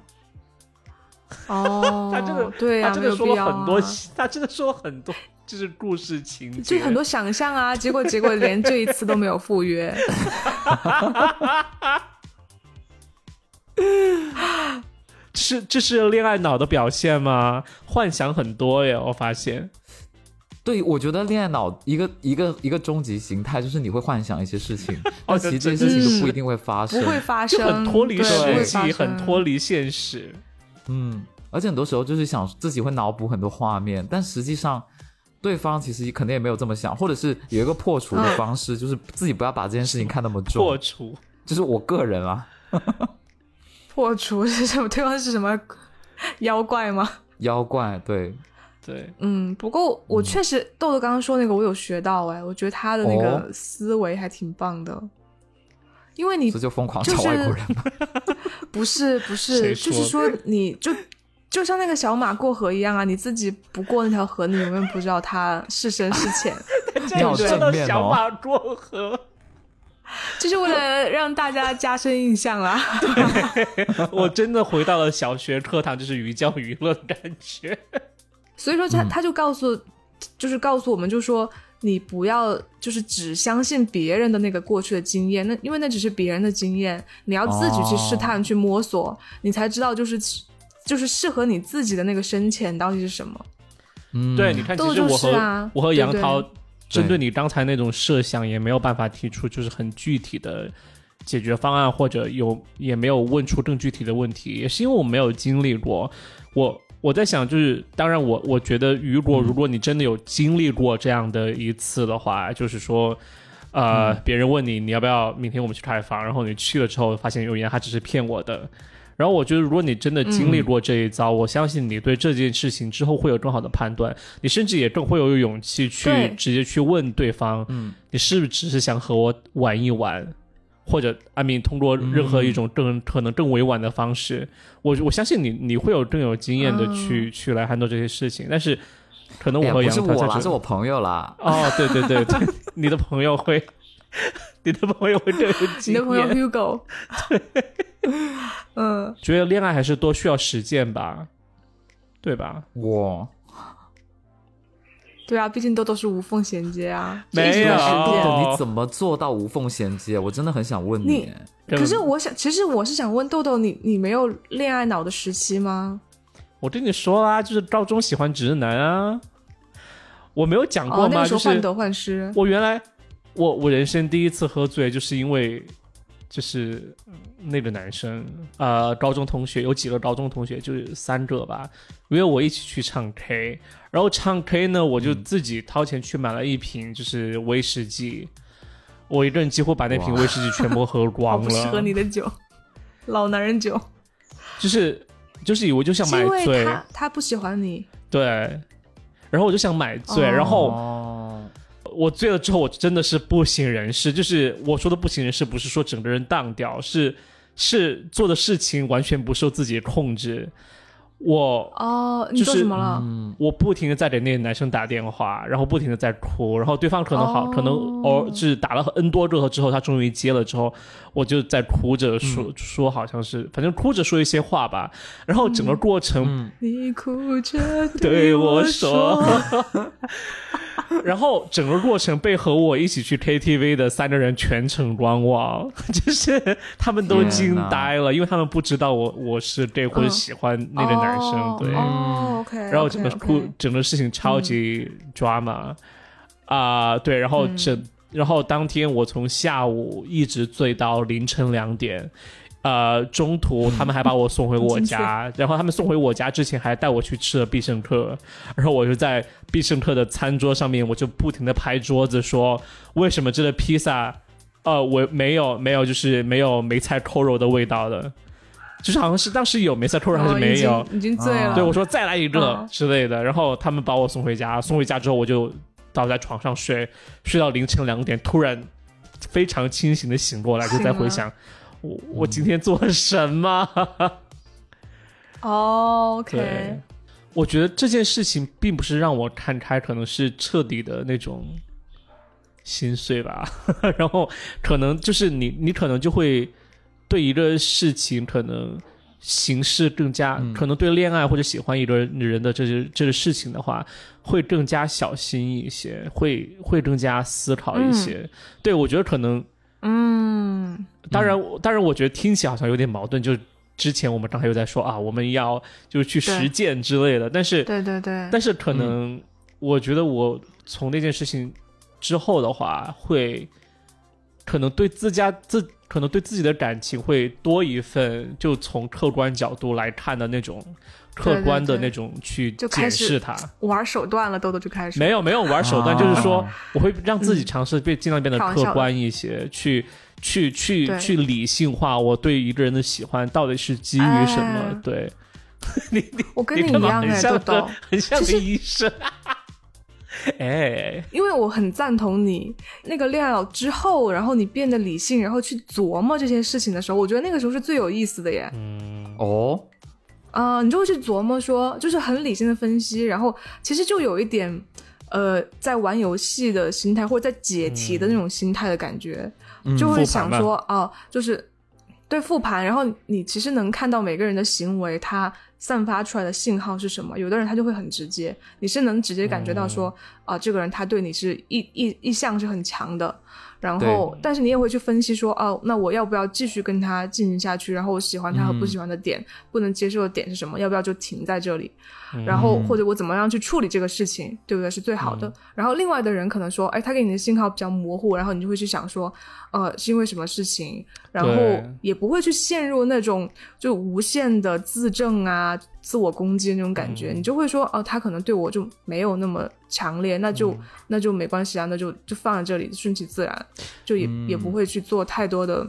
哦，他真的，对啊，他真没的有必说要了啊很多，他真的说了很多，就是故事情节，就很多想象啊，结果 结果连这一次都没有赴约。这是这是恋爱脑的表现吗？幻想很多耶，我发现。对，我觉得恋爱脑一个一个一个终极形态就是你会幻想一些事 情，但哦其实这些这事情这都不一定会发不生，会发就生，很脱离对不实会际，发很生脱离现实。嗯，而且很多时候就是想自己会脑补很多画面，但实际上对方其实可能也没有这么想，或者是有一个破除的方式，就是自己不要把这件事情看那么破重。除就是我个人啊，破除是什么？对方是什么妖怪吗？妖怪 对，对，嗯，不过我确实豆豆刚刚说那个我有学到哎，我觉得他的那哦个思维还挺棒的，因为你所以就疯狂就找是外国人嘛。不是不谁是，说就是说你就就像那个小马过河一样啊，你自己不过那条河，你永远不知道它是深是浅，这要里说到正面哦小马过河，就是为了让大家加深印象啊啦。 我真的回到了小学课堂，就是寓教于乐的感觉。所以说嗯他他就告诉，就是告诉我们，就说你不要就是只相信别人的那个过去的经验，那因为那只是别人的经验，你要自己去哦试探、去摸索，你才知道就是就是适合你自己的那个深浅到底是什么。嗯，对，你看，其豆实豆我是和、啊我和对杨对涛针对对你刚才那种设想，也没有办法提出就是很具体的解决方案，或者有也没有问出更具体的问题，也是因为我没有经历过。我我在想，就是当然我我觉得，如果如果你真的有经历过这样的一次的话，就是说。呃，别人问你你要不要明天我们去开房，然后你去了之后发现，原来他只是骗我的，然后我觉得，如果你真的经历过这一遭，我相信你对这件事情之后会有更好的判断，你甚至也更会有勇气去对直接去问对方，嗯你是不是只是想和我玩一玩，或者阿明通过任何一种更、嗯可能更委婉的方式，我我相信你你会有更有经验嗯的去、去来 handle 这些事情，但是可能哎我呀，和不杨是我涛在啦，这是我朋友啦。哦，对对对对， 你的朋友会， 你的朋友会更有经你的验，朋友 Hugo，嗯，觉得恋爱还是多需要实践吧，对吧？我对啊，毕竟豆豆是无缝衔接啊，没这是有无缝衔接哦你怎么做到无缝衔接？我真的很想问你你。对可是我想，其实我是想问豆豆，你你没有恋爱脑的时期吗？我跟你说啦、就是高中喜欢直男啊，我没有讲过哦，那吗？就个时候患是得患失，我原来我我人生第一次喝醉，就是因为就是嗯那个男生，呃，高中同学有几个高中同学，就是三个吧，约我一起去唱 K，然后唱 K 呢，我就自己掏钱去买了一瓶就是威士忌。我一个人几乎把那瓶哇威士忌全部喝 好光不了，适合你的酒， 老男人酒，就是就是以为就想是买因为醉，他他不喜欢你，对，然后我就想买醉，哦然后哦，我醉了之后，我真的是不省人事。就是我说的不省人事，不是说整个人荡掉，是是做的事情完全不受自己控制。我哦，就你做是什么了？嗯，我不停的在给那个男生打电话，然后不停的在哭，然后对方可能好，哦可能偶尔就是打了 N 多个之后，他终于接了之后，我就在哭着说、嗯说好像是，反正哭着说一些话吧，然后嗯整个过程你哭着对我我哦说， 然后整个过程被和我一起去 KTV 的三个人全程观望， 就是他们都惊呆了，因为他们不知道我我是 gay 或者嗯喜欢那个男生，哦对。哦，OK，然后整个嗯 OK，OK 嗯哭，整个事情超级 drama 啊、对，然后整、然后当天我从下午一直醉到凌晨两点，呃，中途 他们还把我送回我家，然后他们送回我家之前还带我去吃了必胜客，然后我就在必胜客的餐桌上面，我就不停的拍桌子说，为什么这个披萨，呃，我没有没有就是没有梅菜扣肉的味道的，就是好像是当时有梅菜扣肉还是没有，啊哦已经已经醉了。对，我说再来一个啊之类的，然后他们把我送回家，送回家之后我就倒在床上睡，睡到凌晨两点，突然非常清醒的醒过来，就醒再回了想我我今天做了什么。哦对，OK，，我觉得这件事情并不是让我看开，可能是彻底的那种心碎吧。 然后可能就是你，你可能就会对一个事情可能形式更加，嗯可能对恋爱或者喜欢一个人的这些这个事情的话，会更加小心一些，会会更加思考一些。对我觉得可能嗯，当然，我当然，我觉得听起来好像有点矛盾。就之前我们刚才又在说啊，我们要就是去对实践之类的，但是对嗯对对，但是可能我觉得我从那件事情之后的话，会可能对自家自可能对自己的感情会多一份，就从客观角度来看的那种客观的对对对那种去就解开始释它。玩手段了，豆豆就开始没有没有玩手段，啊就是说我会让自己尝试变尽量变得开玩客嗯笑的观一些，去去去对去理性化我对一个人的喜欢到底是基于什么哎？对，你你我跟你干一嘛样很哎，像豆个豆，很像就个是医生。 哎，因为我很赞同你那个恋爱脑之后，然后你变得理性，然后去琢磨这些事情的时候，我觉得那个时候是最有意思的耶。哦，啊，你就会去琢磨说，就是很理性的分析，然后其实就有一点，呃，在玩游戏的心态或者在解题的那种心态的感觉，就嗯复会盘想嘛说，哦、就是对复盘，然后你其实能看到每个人的行为，他散发出来的信号是什么。有的人他就会很直接，你是能直接感觉到说，哦啊、这个人他对你是意意意向是很强的，然后对但是你也会去分析说，哦，那我要不要继续跟他进行下去？然后我喜欢他和不喜欢的点，不能接受的点是什么？要不要就停在这里？嗯然后或者我怎么样去处理这个事情，对不对？是最好嗯的。然后另外的人可能说，哎，他给你的信号比较模糊，然后你就会去想说，呃，是因为什么事情？然后对也不会去陷入那种就无限的自证啊、自我攻击那种感嗯觉，你就会说，哦、他可能对我就没有那么强烈，那嗯就、那就没关系啊，那就就放在这里，顺其自然，就也、嗯也不会去做太多的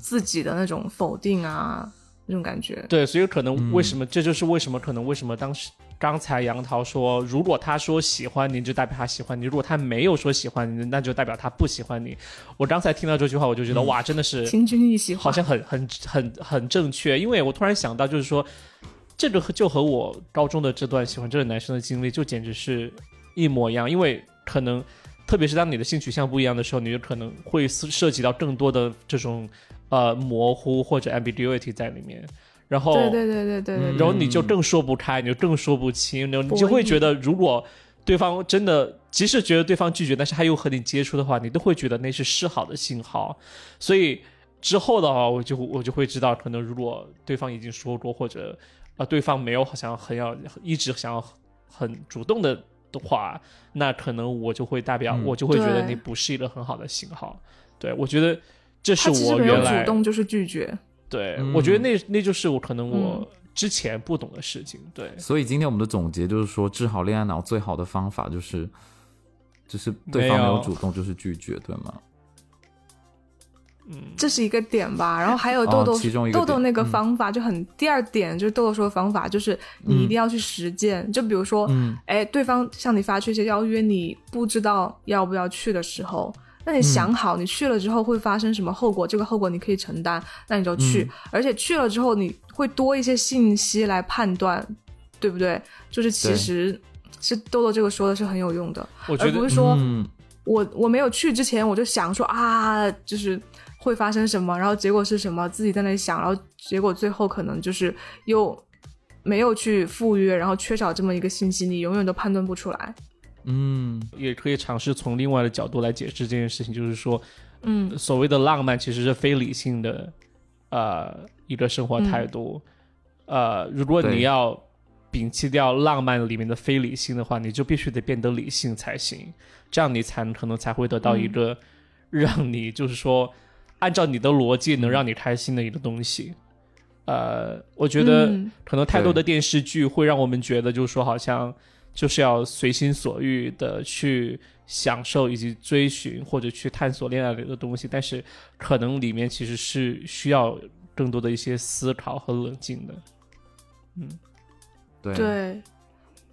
自己的那种否定啊。那种感觉，对，所以可能为什么、这就是为什么可能为什么当时刚才杨桃说，如果他说喜欢你，就代表他喜欢你；如果他没有说喜欢你，那就代表他不喜欢你。我刚才听到这句话，我就嗯觉得、哇，真的是听君一席话，好像很很很很正确，因为我突然想到，就是说，这个和就和我高中的这段喜欢这个男生的经历，就简直是一模一样。因为可能，特别是当你的性取向不一样的时候，你就可能会涉涉及到更多的这种呃模糊或者 ambiguity 在里面，然后对对对对对对然后你就更说不开，你就更说不清，然后你就博弈会觉得，如果对方真的，即使觉得对方拒绝，但是他又和你接触的话，你都会觉得那是示好的信号。所以之后的话，我就我就会知道，可能如果对方已经说过，或者啊、呃对方没有好像很要一直想要很主动的的话，那可能我就会代表，嗯我就会觉得对你不是一个很好的信号。对我觉得这是他其实我没有原主来动就是拒绝，对、嗯我觉得那那就是我可能嗯我之前不懂的事情。对，所以今天我们的总结就是说，治好恋爱脑最好的方法就是，就是对方没没有有主动，就是拒绝，对吗？嗯这是一个点吧。然后还有哦豆豆、其中一个豆豆点那个嗯方法就很、第二点，就是豆豆说的方法，就是你一定要去实践。就比如说，嗯哎，对方向你发去一些邀约，你不知道要不要去的时候。那嗯你想好，你去了之后会发生什么后果？这个后果你可以承担，那你就去。嗯而且去了之后，你会多一些信息来判断，对不对？就是其对实是豆豆这个说的是很有用的，我觉而得不是说、嗯，我我没有去之前，我就想说啊，就是会发生什么，然后结果是什么，自己在那里想，然后结果最后可能就是又没有去赴约，然后缺少这么一个信息，你永远都判断不出来。嗯，也可以尝试从另外的角度来解释这件事情，就是说，嗯，所谓的浪漫其实是非理性嗯的，呃，一个生活态度。呃，如果你对要摒弃掉浪漫里面的非理性的话，你就必须得变得理性才行，这样你才能可能才会得到一嗯个让你就是说按照你的逻辑能让你开心的一个东西。呃，我觉得嗯可能太多对的电视剧会让我们觉得，就是说好像就是要随心所欲的去享受以及追寻或者去探索恋爱里的东西，但是可能里面其实是需要更多的一些思考和冷静的。对对，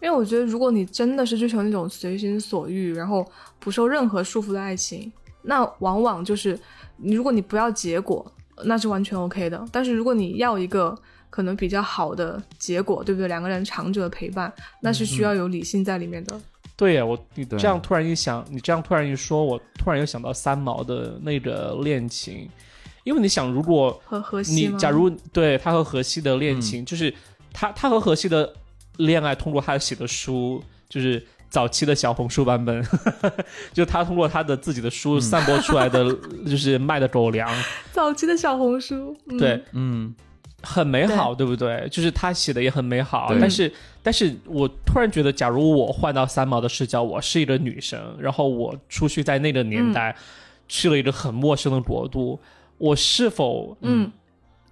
因为我觉得，如果你真的是追求那种随心所欲，然后不受任何束缚的爱情，那往往就是，如果你不要结果，那是完全 OK 的。但是如果你要一个可能比较好的结果，对不对？两个人长久的陪伴，那是嗯需要有理性在里面的。对呀，我你对这样突然一想，你这样突然一说，我突然又想到三毛的那个恋情，因为你想，如果和和谐你吗？假嗯如对他和荷西的恋情，就是他他和荷西的恋爱，通过他写的书，就是早期的小红书版本， 就他通过他的自己的书散播出 来的，就是卖的狗粮，早期的小红书，嗯、对，，嗯，很美好，对不对？就是他写的也很美好，对但是，但是我突然觉得，假如我换到三毛的视角，我是一个女生，然后我出去在那个嗯年代、去了一个很陌生的国度，我是否嗯，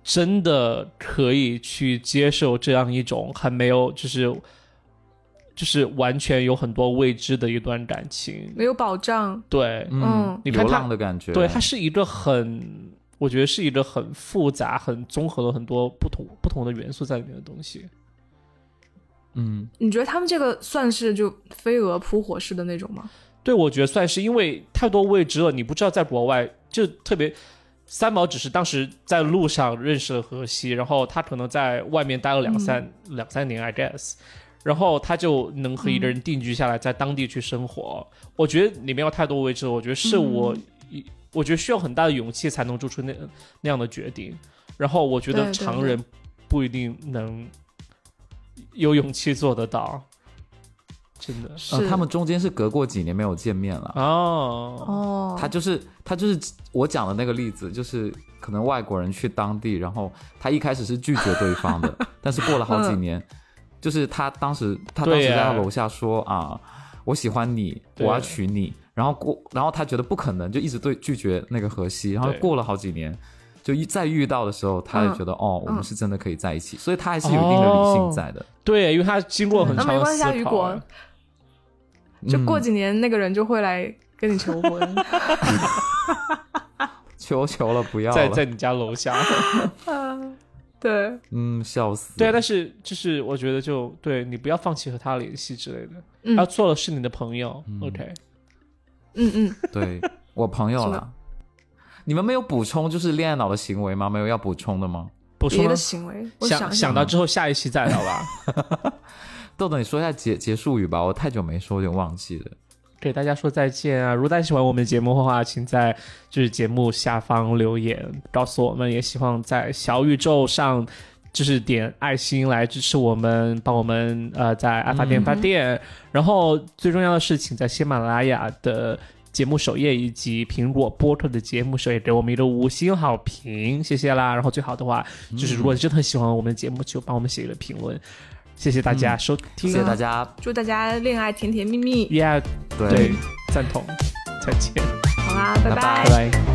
真的可以去接受这样一种还没有，就是就是完全有很多未知的一段感情？没有保障，对，嗯你看流他浪的感觉，对，它是一个很，我觉得是一个很复杂、很综合了很多不同不同的元素在里面的东西。嗯，你觉得他们这个算是就飞蛾扑火式的那种吗？对，我觉得算是因为太多未知了，你不知道在国外就特别。三毛只是当时在路上认识了荷西，然后他可能在外面待了两三、嗯两三年，I guess，然后他就能和一嗯个人定居下来，在当地去生活。我觉得里面有太多未知了，我觉得是嗯我一，我觉得需要很大的勇气才能做出那那样的决定。然后我觉对得对常对人不一定能有勇气做得到，真的是、呃，他们中间是隔过几年没有见面了。哦哦，他就是他就是我讲的那个例子，就是可能外国人去当地，然后他一开始是拒绝对方 的，但是过了好几年，就是他当时他当对时耶在他楼下说啊，我喜欢你，对我要娶你，然后过然后他觉得不可能，就一直对拒绝那个荷西，然后对过了好几年。就一再遇到的时候，他也嗯觉得、哦，我们是真的可以在一起，所以他还是有一定的理性在哦的。对，因为他经过很那长没的关思系啊，雨考果啊。，就过嗯几年那个人就会来跟你求婚。嗯求求了，不要在了，在你家楼下。嗯，对，嗯，笑死。对啊，但是就是我觉得就对你不要放弃和他联系之类的。嗯他做了是你的朋友、o k 嗯嗯，对我朋友什么啦。你们没有补充就是恋爱脑的行为吗？没有要补充的吗？不说别吗的行为，我想想到之后下一期再聊吧，豆豆，你说一下结结束语吧，我太久没说，有点忘记了。给大家说再见啊！如果大家喜欢我们的节目的话，请在就是节目下方留言告诉我们，也希望在小宇宙上。就是点爱心来支持我们，帮我们呃在爱发电发电。然后最重要的是，请在喜马拉雅的节目首页以及苹果播客的节目首页给我们一个五星好评，谢谢啦。然后最好的话就是，如果你真的很喜欢我们的节目，就帮我们写一个评论，谢谢大家收谢听，谢大家，祝大家恋爱甜甜蜜蜜。 ，Yeah，对对，赞同，再见，嗯好啦，拜拜拜拜。